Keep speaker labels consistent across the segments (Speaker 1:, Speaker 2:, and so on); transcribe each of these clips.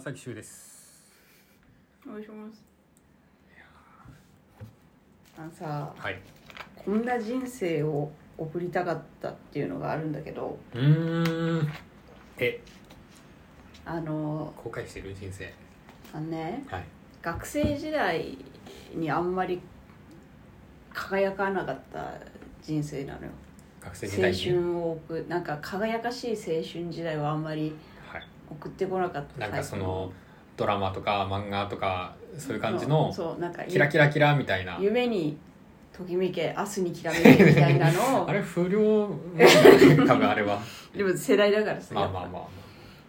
Speaker 1: 崎修です
Speaker 2: お願いします
Speaker 3: あのさ
Speaker 1: はい
Speaker 3: こんな人生を送りたかったっていうのがあるんだけど
Speaker 1: うーんえ
Speaker 3: あの
Speaker 1: 後悔してる人生
Speaker 3: あのね
Speaker 1: はい
Speaker 3: 学生時代にあんまり輝かなかった人生なのよ
Speaker 1: 学生時代
Speaker 3: 青
Speaker 1: に
Speaker 3: 春を送るなんか輝かしい青春時代はあんまり
Speaker 1: はい
Speaker 3: 送ってこなかった
Speaker 1: なんかその
Speaker 3: タイ
Speaker 1: ドラマとか漫画とかそう
Speaker 3: プ
Speaker 1: いう感じの
Speaker 3: そうそうなんか
Speaker 1: キラキラキラみたいな
Speaker 3: 夢にときめけ明日にきらめけみたいなの を
Speaker 1: あれ不 良なんだよ多分あれは
Speaker 3: でも世代だからさ
Speaker 1: まあ
Speaker 3: やっぱ
Speaker 1: まあまあ、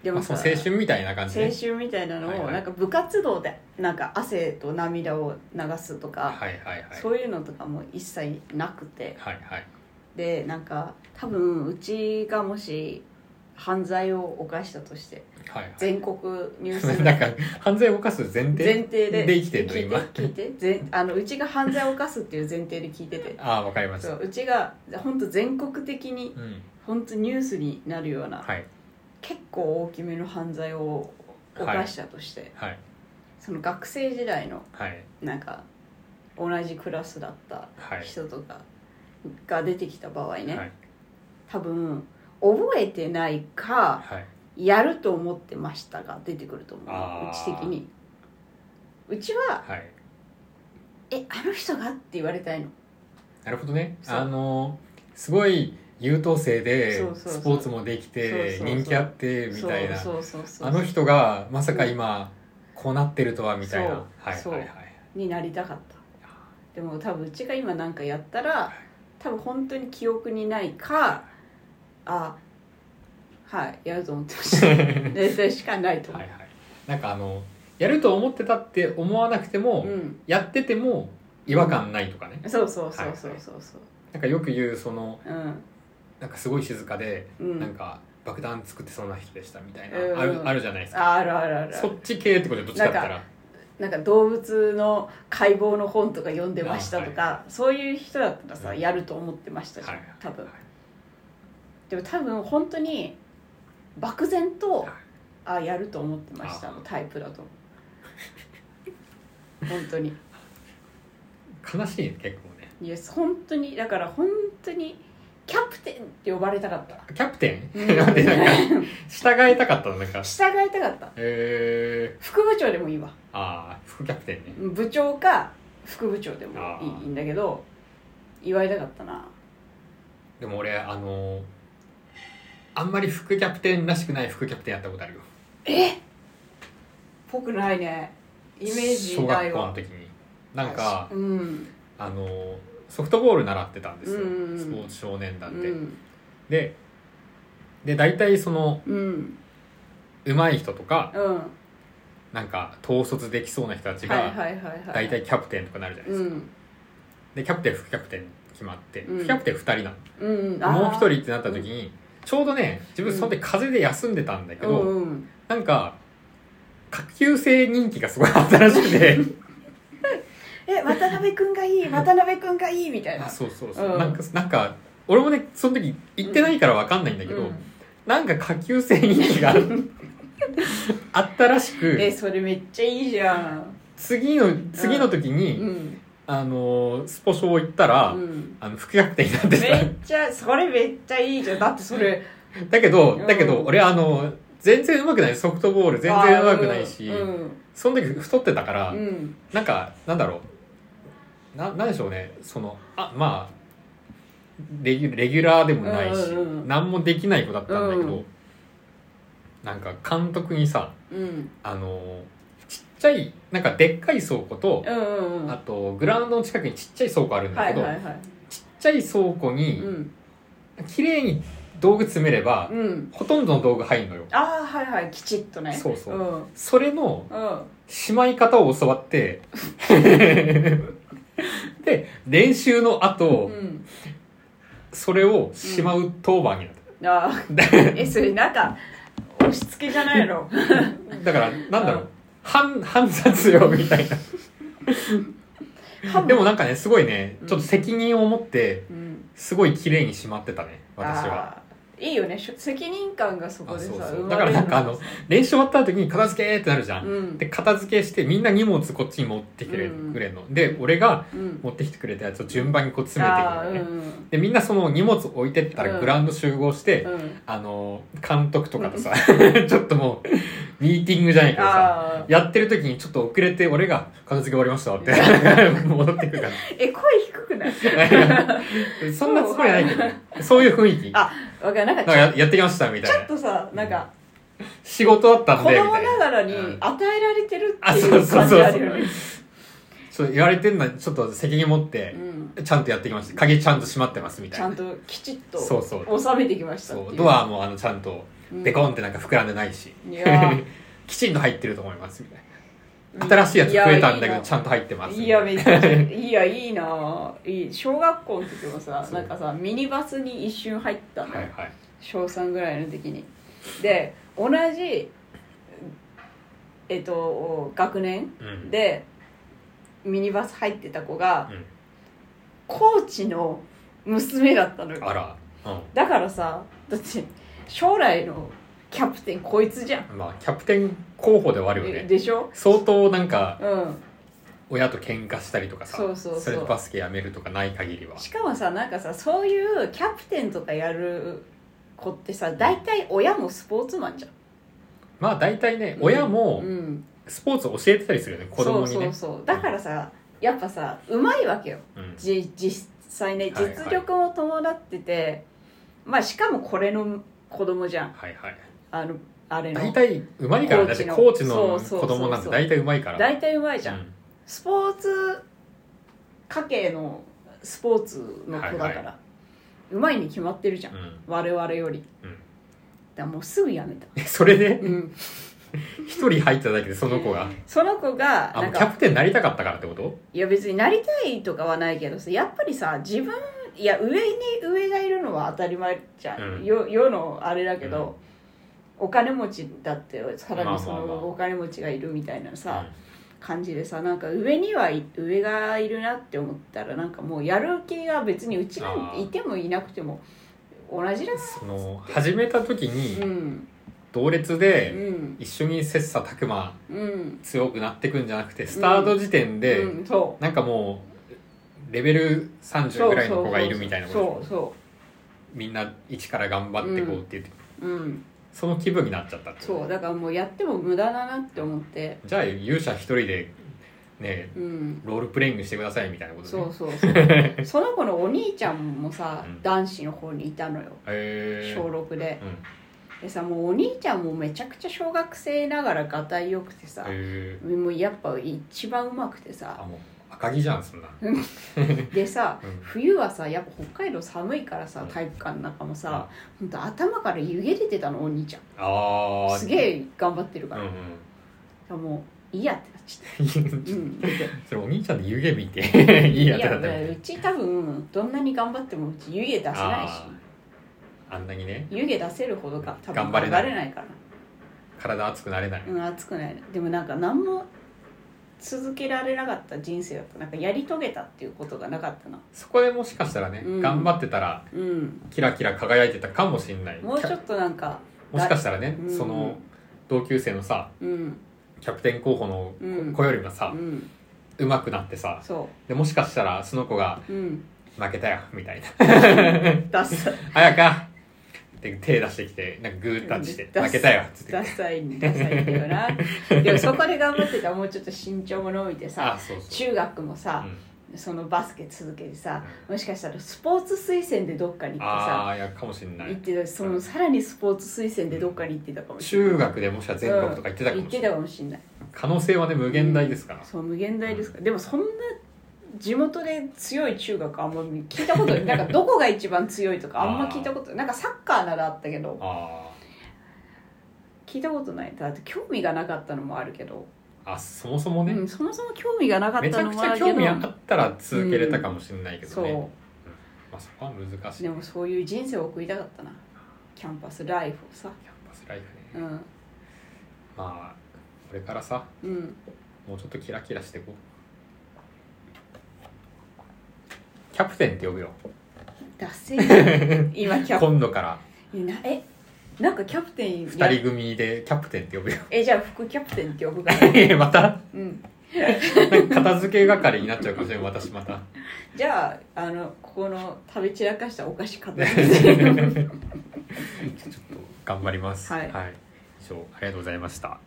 Speaker 3: で
Speaker 1: ま
Speaker 3: も
Speaker 1: あ、そ
Speaker 3: さ
Speaker 1: の青春みたいな感じね
Speaker 3: 青春みたいなのを、
Speaker 1: はいはい
Speaker 3: なんか部活動でなんか汗と涙を流すとか、
Speaker 1: はいはいはい
Speaker 3: そういうのとかも一切なくて
Speaker 1: はいはい
Speaker 3: でなんか多分うちがもし犯罪を犯したとして
Speaker 1: はいはい
Speaker 3: 全国入試
Speaker 1: なんか犯罪を犯す前提
Speaker 3: 前提で
Speaker 1: 生きてるの
Speaker 3: 聞い
Speaker 1: 今
Speaker 3: て聞いて全あのうちが犯罪を犯すっていう前提で聞いてて
Speaker 1: ああわかりまし
Speaker 3: そ
Speaker 1: た
Speaker 3: ううちが本当全国的に
Speaker 1: うん
Speaker 3: 本当ニュースになるような、
Speaker 1: はい
Speaker 3: 結構大きめの犯罪を犯したとして、
Speaker 1: はい
Speaker 3: その学生時代の
Speaker 1: はい
Speaker 3: なんか同じクラスだった
Speaker 1: はい
Speaker 3: 人とかが出てきた場合ね、
Speaker 1: はい
Speaker 3: 多分覚えてない
Speaker 1: は
Speaker 3: か
Speaker 1: い
Speaker 3: やると思ってましたが出てくると思
Speaker 1: あー
Speaker 3: ううち的にうちは
Speaker 1: はい
Speaker 3: 「えあの人が?」って言われたいの
Speaker 1: なるほどね
Speaker 3: そう
Speaker 1: あのすごい優等生で
Speaker 3: そうそうそう
Speaker 1: スポーツもできて
Speaker 3: そうそうそう
Speaker 1: 人気あってみたいな
Speaker 3: そうそうそうそう
Speaker 1: あの人がまさか今こうなってるとはみたいな
Speaker 3: そう
Speaker 1: はいはい
Speaker 3: そう
Speaker 1: はいはい
Speaker 3: になりたかったでも多分うちが今なんかやったら多分本当に記憶にないかあはいやると思ってました でそれしかないと
Speaker 1: は
Speaker 3: 思、
Speaker 1: いうはいなんかあのやると思ってたって思わなくても、
Speaker 3: うん
Speaker 1: やってても違和感ないとかね、
Speaker 3: そうそうそうそうそうそう、
Speaker 1: なんかよく言うその
Speaker 3: うん
Speaker 1: なんかすごい静かで、
Speaker 3: うん
Speaker 1: なんか爆弾作ってそうな人でしたみたいな、
Speaker 3: うん
Speaker 1: あるあるじゃないですか
Speaker 3: ああるあるあるあ
Speaker 1: そ
Speaker 3: る
Speaker 1: っち系ってことでどっちかって言った
Speaker 3: な
Speaker 1: ら
Speaker 3: なんか動物の解剖の本とか読んでましたと
Speaker 1: あ
Speaker 3: か、そういう人だったらさ、
Speaker 1: うん
Speaker 3: やると思ってましたじゃん、
Speaker 1: はい
Speaker 3: 多分
Speaker 1: はい
Speaker 3: でも多分本当に漠然
Speaker 1: は
Speaker 3: と
Speaker 1: い
Speaker 3: 「あやると思ってました」のタイプだと思 う本当に
Speaker 1: 悲しいね結構ね
Speaker 3: イエス本当にだから本当にキャプテンって呼ばれたかった
Speaker 1: キャプテン、
Speaker 3: う ん
Speaker 1: なんでなんか従いたかったのなんか
Speaker 3: 従いたかった
Speaker 1: え
Speaker 3: 副部長でもいいわ
Speaker 1: ー、ああ副キャプテンね
Speaker 3: 部長か副部長でも
Speaker 1: あ
Speaker 3: いい
Speaker 1: ー
Speaker 3: いいんだけど言われたかったな
Speaker 1: でも俺あのーあんまり副キャプテンらしくない副キャプテンやったことあるよ
Speaker 3: ぽくないねイメージない
Speaker 1: 小学校の
Speaker 3: わ
Speaker 1: 時になんか
Speaker 3: うん
Speaker 1: あのーソフトボール習ってたんですよ、
Speaker 3: うんうん
Speaker 1: スポーツ少年
Speaker 3: う
Speaker 1: 団で、
Speaker 3: ん
Speaker 1: でで大体その
Speaker 3: うん
Speaker 1: 上手い人とか
Speaker 3: うん
Speaker 1: なんか統率できそうな人たち
Speaker 3: はい
Speaker 1: が
Speaker 3: はいはいはい
Speaker 1: 大体キャプテンとかなるじゃないで
Speaker 3: う
Speaker 1: すか、
Speaker 3: ん
Speaker 1: でキャプテン副キャプテン決まって、
Speaker 3: うん
Speaker 1: 副キャプテン2人なの
Speaker 3: うん
Speaker 1: もう一
Speaker 3: 一
Speaker 1: 人ってなった時に、ちょうどね自分その時風邪で休んでたんだけど、
Speaker 3: うん
Speaker 1: なんか下級生人気がすごいあったらしく て
Speaker 3: え渡辺君がい い渡辺君がいいみたいな
Speaker 1: あそうそうそう、
Speaker 3: うん
Speaker 1: なんかなんか俺もねその時行ってないからわかんないんだけど、
Speaker 3: うん
Speaker 1: なんか下級生人気 があったらし
Speaker 3: え
Speaker 1: く
Speaker 3: それめっちゃいいじゃん
Speaker 1: 次の次の時に、
Speaker 3: うん
Speaker 1: あのースポ賞行ったら、
Speaker 3: うん
Speaker 1: あの副キャプテンになって
Speaker 3: め
Speaker 1: た
Speaker 3: っちゃそれめっちゃいいじゃんだってそれ
Speaker 1: だけどだけど、
Speaker 3: うん
Speaker 1: 俺あのー全然うまくないソフトボール全然うまくないし、
Speaker 3: うん
Speaker 1: その時太ってたから、
Speaker 3: うん
Speaker 1: なんかなんだろうななんでしょうねそのあまあレギュレギュラーでもないし、
Speaker 3: うんうんうん
Speaker 1: 何もできない子だったんだけど、
Speaker 3: う
Speaker 1: なんか監督にさ
Speaker 3: うん
Speaker 1: あのーちっちゃいなんかでっかい倉庫と
Speaker 3: う、んうんうん
Speaker 1: あとグラウンドの近くにちっちゃい倉庫あるんだ
Speaker 3: は
Speaker 1: け
Speaker 3: い
Speaker 1: ど、
Speaker 3: はいはい
Speaker 1: ちっちゃい倉庫に
Speaker 3: うん
Speaker 1: 綺麗に道具詰めれば、
Speaker 3: うん
Speaker 1: ほとんどの道具入んのよ
Speaker 3: ああはいはいきちっとね
Speaker 1: そうそう
Speaker 3: うんうん
Speaker 1: それのしまい方を教わって で練習の後、
Speaker 3: うん
Speaker 1: それをしまう当番になっ
Speaker 3: ああ
Speaker 1: た、
Speaker 3: えそれなんか押し付けじゃないの
Speaker 1: だからなんだろ
Speaker 3: う
Speaker 1: う犯犯雑用みたい なでもなんかねすごいねちょっと責任を持って
Speaker 3: うん
Speaker 1: すごい綺麗にしまってたね私は
Speaker 3: あいいよねしょ責任感がそこ
Speaker 1: あ
Speaker 3: で
Speaker 1: そう
Speaker 3: さ
Speaker 1: そうだ
Speaker 3: 生ま
Speaker 1: か
Speaker 3: れ
Speaker 1: らな
Speaker 3: る
Speaker 1: んかあの練習終わった時に片付けってなるじゃ、
Speaker 3: うんん
Speaker 1: で片付けしてみんな荷物こっちに持ってきてくれるの、で俺が
Speaker 3: うん
Speaker 1: 持ってきてくれたやつを順番にこう詰めていく
Speaker 3: ああ
Speaker 1: の
Speaker 3: うん
Speaker 1: ね、
Speaker 3: うん
Speaker 1: でみんなその荷物置いてった
Speaker 3: う
Speaker 1: ら
Speaker 3: ん
Speaker 1: グラウンド集合して、
Speaker 3: うん
Speaker 1: あの監督とかとさ、 ちょっともうミーティングじゃないけどさ
Speaker 3: ああ
Speaker 1: やってる時にちょっと遅れて俺が「片付け終わりました」って 戻ってくるか
Speaker 3: え声低くない
Speaker 1: らそんなつもりはないけどそういう雰囲気
Speaker 3: あ
Speaker 1: なん
Speaker 3: わかんないなん
Speaker 1: か
Speaker 3: か
Speaker 1: ややってきましたみ
Speaker 3: ち
Speaker 1: た
Speaker 3: ょ
Speaker 1: い
Speaker 3: っ
Speaker 1: な
Speaker 3: とさなんか
Speaker 1: 仕事だったん
Speaker 3: 子
Speaker 1: でみ
Speaker 3: 供
Speaker 1: たい
Speaker 3: な
Speaker 1: な
Speaker 3: がらに
Speaker 1: うん
Speaker 3: 与えられてるって
Speaker 1: あ
Speaker 3: い
Speaker 1: そう
Speaker 3: う
Speaker 1: そう
Speaker 3: 感
Speaker 1: そう
Speaker 3: じ
Speaker 1: そ
Speaker 3: あるよ
Speaker 1: う
Speaker 3: ね
Speaker 1: そう言われてんのにちょっと責任持って
Speaker 3: うん
Speaker 1: ちゃんとやってきました鍵ちゃんと閉まってますみたい
Speaker 3: ちゃ
Speaker 1: なん
Speaker 3: ときちっと
Speaker 1: そうそう
Speaker 3: 収めてきましたって
Speaker 1: そ
Speaker 3: いうう
Speaker 1: ドアもあのちゃんと
Speaker 3: うん
Speaker 1: ベコンってなんか膨らんでないし、
Speaker 3: いやー
Speaker 1: きちんと入ってると思いますみたいな新しいやつ増えたんだけどちゃんと入ってます
Speaker 3: い
Speaker 1: み
Speaker 3: や
Speaker 1: たいな
Speaker 3: めっちゃいやいいないい小学校の時もさ
Speaker 1: そう
Speaker 3: なんかさミニバスに一瞬入ったの、
Speaker 1: はいはい
Speaker 3: 小3ぐらいの時にで同じえっと学年
Speaker 1: うん
Speaker 3: でミニバス入ってた子が
Speaker 1: うん
Speaker 3: コーチの娘だったのよ
Speaker 1: あらう
Speaker 3: だからさだって将来のキャプテンこいつじゃん、
Speaker 1: んまあキャプテン候補ではあるよね
Speaker 3: でしょ
Speaker 1: 相当なんか
Speaker 3: うん
Speaker 1: 親と喧嘩したりとかさ
Speaker 3: そうそうそう
Speaker 1: れでバスケやめるとかない限りは
Speaker 3: しかもさなんかさそういうキャプテンとかやる子ってさ大体親もスポーツマンじゃん
Speaker 1: まあ大体ね
Speaker 3: うん
Speaker 1: 親も
Speaker 3: うん、
Speaker 1: スポーツを教えてたりするよね子供に
Speaker 3: そう
Speaker 1: ね
Speaker 3: そうそうだからさやっぱさうまいわけよ
Speaker 1: うん
Speaker 3: じ実際
Speaker 1: は
Speaker 3: ね
Speaker 1: いはい
Speaker 3: 実力も伴ってて、まあしかもこれの子供じゃん
Speaker 1: はいはい
Speaker 3: あのあれの
Speaker 1: 大体うまいからねだって
Speaker 3: コ
Speaker 1: コ
Speaker 3: ー
Speaker 1: ー
Speaker 3: チ
Speaker 1: チ
Speaker 3: の
Speaker 1: の
Speaker 3: そうそ
Speaker 1: 子
Speaker 3: うそうそう
Speaker 1: 供なんて大体うまいから
Speaker 3: 大体うまいじゃ
Speaker 1: う
Speaker 3: ん、
Speaker 1: ん
Speaker 3: スポーツ家系のスポーツの子だから、
Speaker 1: はいは
Speaker 3: うまいに決まってるじゃん、
Speaker 1: うん
Speaker 3: 我々より、
Speaker 1: うん
Speaker 3: だからもうすぐやめた、
Speaker 1: えそれで
Speaker 3: うん、
Speaker 1: 一人入っただけでその子が
Speaker 3: その子が
Speaker 1: あ
Speaker 3: な
Speaker 1: も
Speaker 3: ん
Speaker 1: うキャ
Speaker 3: か
Speaker 1: プテンになりたかったからってこと
Speaker 3: いや別になりたいとかはないけどさやっぱりさ自分いや上に上がいるのは当たり前じゃん、
Speaker 1: うん
Speaker 3: よ世のあれだけど、お金持ちだってさら
Speaker 1: まあまあま
Speaker 3: に
Speaker 1: あ
Speaker 3: そのお金持ちがいるみたいなさ、感じでさなんか上にはい上がいるなって思ったらなんかもうやる気が別にうちなん
Speaker 1: あ
Speaker 3: て
Speaker 1: ー
Speaker 3: いてもいなくても同じだ
Speaker 1: うんその始めた時
Speaker 3: う
Speaker 1: に
Speaker 3: ん
Speaker 1: 同列
Speaker 3: う
Speaker 1: で
Speaker 3: ん
Speaker 1: 一緒に切磋琢磨
Speaker 3: うん
Speaker 1: 強くなってくんじゃなくてスタート時点で
Speaker 3: うんそう
Speaker 1: なんかもうレベル30ぐらいの子がいるみたいなこ
Speaker 3: そう
Speaker 1: と
Speaker 3: そ
Speaker 1: みんな一から頑張ってこうって言って
Speaker 3: ううん
Speaker 1: その気分になっちゃったってこと
Speaker 3: そうだからもうやっても無駄だなって思って
Speaker 1: じゃあ勇者一人でね
Speaker 3: うん
Speaker 1: ロールプレイングしてくださいみたいなことね
Speaker 3: そうそうそ うその子のお兄ちゃんもさ
Speaker 1: うん
Speaker 3: 男子の方にいたのよ
Speaker 1: へえ
Speaker 3: 小6で
Speaker 1: うん
Speaker 3: でさもうお兄ちゃんもめちゃくちゃ小学生ながらがたいよくてさ
Speaker 1: へえ
Speaker 3: もうやっぱ一番うまくてさ
Speaker 1: あもう赤城じゃんそんな
Speaker 3: でさ
Speaker 1: うん
Speaker 3: 冬はさやっぱ北海道寒いからさ
Speaker 1: うん
Speaker 3: 体育館の中もさほんと頭から湯気出てたのお兄ちゃ
Speaker 1: ああ
Speaker 3: んすげえ頑張ってる
Speaker 1: う
Speaker 3: か
Speaker 1: ん
Speaker 3: ら、
Speaker 1: う
Speaker 3: だか
Speaker 1: ん
Speaker 3: らもういいやってなっちゃっ
Speaker 1: うん
Speaker 3: た、うん、
Speaker 1: それお兄ちゃんの湯気見て いいやってなった
Speaker 3: いやうち多分どんなに頑張ってもうち湯気出せないし
Speaker 1: あーあんなにね
Speaker 3: 湯気出せるほどか多
Speaker 1: 頑張
Speaker 3: 分頑
Speaker 1: れ
Speaker 3: 張
Speaker 1: ない
Speaker 3: れないから
Speaker 1: 体熱くなれない、
Speaker 3: うん熱くないでもなんか何も続けられなかった人生だったなんかやり遂げたっていうことがなかったな
Speaker 1: そこでもしかしたらね、
Speaker 3: うん
Speaker 1: 頑張ってたら
Speaker 3: うん
Speaker 1: キラキラ輝いてたかもしれない
Speaker 3: もうちょ
Speaker 1: キャ
Speaker 3: っとなんか
Speaker 1: もしかしたらね、
Speaker 3: うん
Speaker 1: その同級生のさ
Speaker 3: うん
Speaker 1: キャプテン候補の
Speaker 3: うん
Speaker 1: 子よりもさ
Speaker 3: う、ん
Speaker 1: うまくなってさ
Speaker 3: そ
Speaker 1: でもしかしたらその子が
Speaker 3: ううん
Speaker 1: 「負けたよ」みたいな
Speaker 3: ダサい
Speaker 1: 「綾香!」って手出してきてなんかグータッチして「
Speaker 3: ダサ
Speaker 1: 負けたよ」っつって
Speaker 3: ダサいダサいんだよなでもそこで頑張ってたらもうちょっと身長も伸びてさ
Speaker 1: あそうそう、
Speaker 3: 中学も
Speaker 1: う
Speaker 3: さ、
Speaker 1: ん
Speaker 3: そのバスケ続けてさもしかしたらスポーツ推薦でどっかに行って
Speaker 1: あ
Speaker 3: さ
Speaker 1: あいやかもしれな
Speaker 3: 行っ
Speaker 1: い
Speaker 3: てたそのさらにスポーツ推薦でどっかに行ってたかもしれない
Speaker 1: 中学でもしかしたら全国とか行ってたか
Speaker 3: 行っ
Speaker 1: もしてれない、
Speaker 3: たかもしれない
Speaker 1: 可能性はね無限大ですから、
Speaker 3: そう無限大ですからでもそんな地元で強い中学あんま聞い たことないなんかどこが一番強いとかあんま聞いたことないなんかサッカーならあったけど
Speaker 1: あ
Speaker 3: 聞いたことないだって興味がなかったのもあるけど
Speaker 1: ーあそもそもね、
Speaker 3: うん、そもそも興味がなかっ
Speaker 1: めち
Speaker 3: た
Speaker 1: ゃ
Speaker 3: の
Speaker 1: く
Speaker 3: も
Speaker 1: ち
Speaker 3: あ
Speaker 1: ゃ
Speaker 3: るけ
Speaker 1: 興
Speaker 3: ど
Speaker 1: 味あったら続けれたかもしれないけど
Speaker 3: そ
Speaker 1: ね、
Speaker 3: う
Speaker 1: まあ、そこは難しい
Speaker 3: でもそういう人生を送りたかったなキャンパスライフをさ
Speaker 1: キャンパスライフ
Speaker 3: う
Speaker 1: ね
Speaker 3: ん
Speaker 1: まあこれからさ
Speaker 3: うん
Speaker 1: もうちょっとキラキラしていこうキャプテンって呼ぶよ
Speaker 3: ダッセー今キャプ
Speaker 1: 今度から
Speaker 3: いやなえなんかキャプテン
Speaker 1: 二人組でキャプテンって呼ぶ よ
Speaker 3: えじゃあ副キャプテンって呼ぶから
Speaker 1: また
Speaker 3: うん
Speaker 1: なんか片付け係になっちゃうかもしれない私ま た
Speaker 3: じゃああのここの食べ散らかしたお菓子買っ
Speaker 1: ちょ
Speaker 3: て
Speaker 1: っ と頑張ります
Speaker 3: はい
Speaker 1: はい、以上ありがとうございました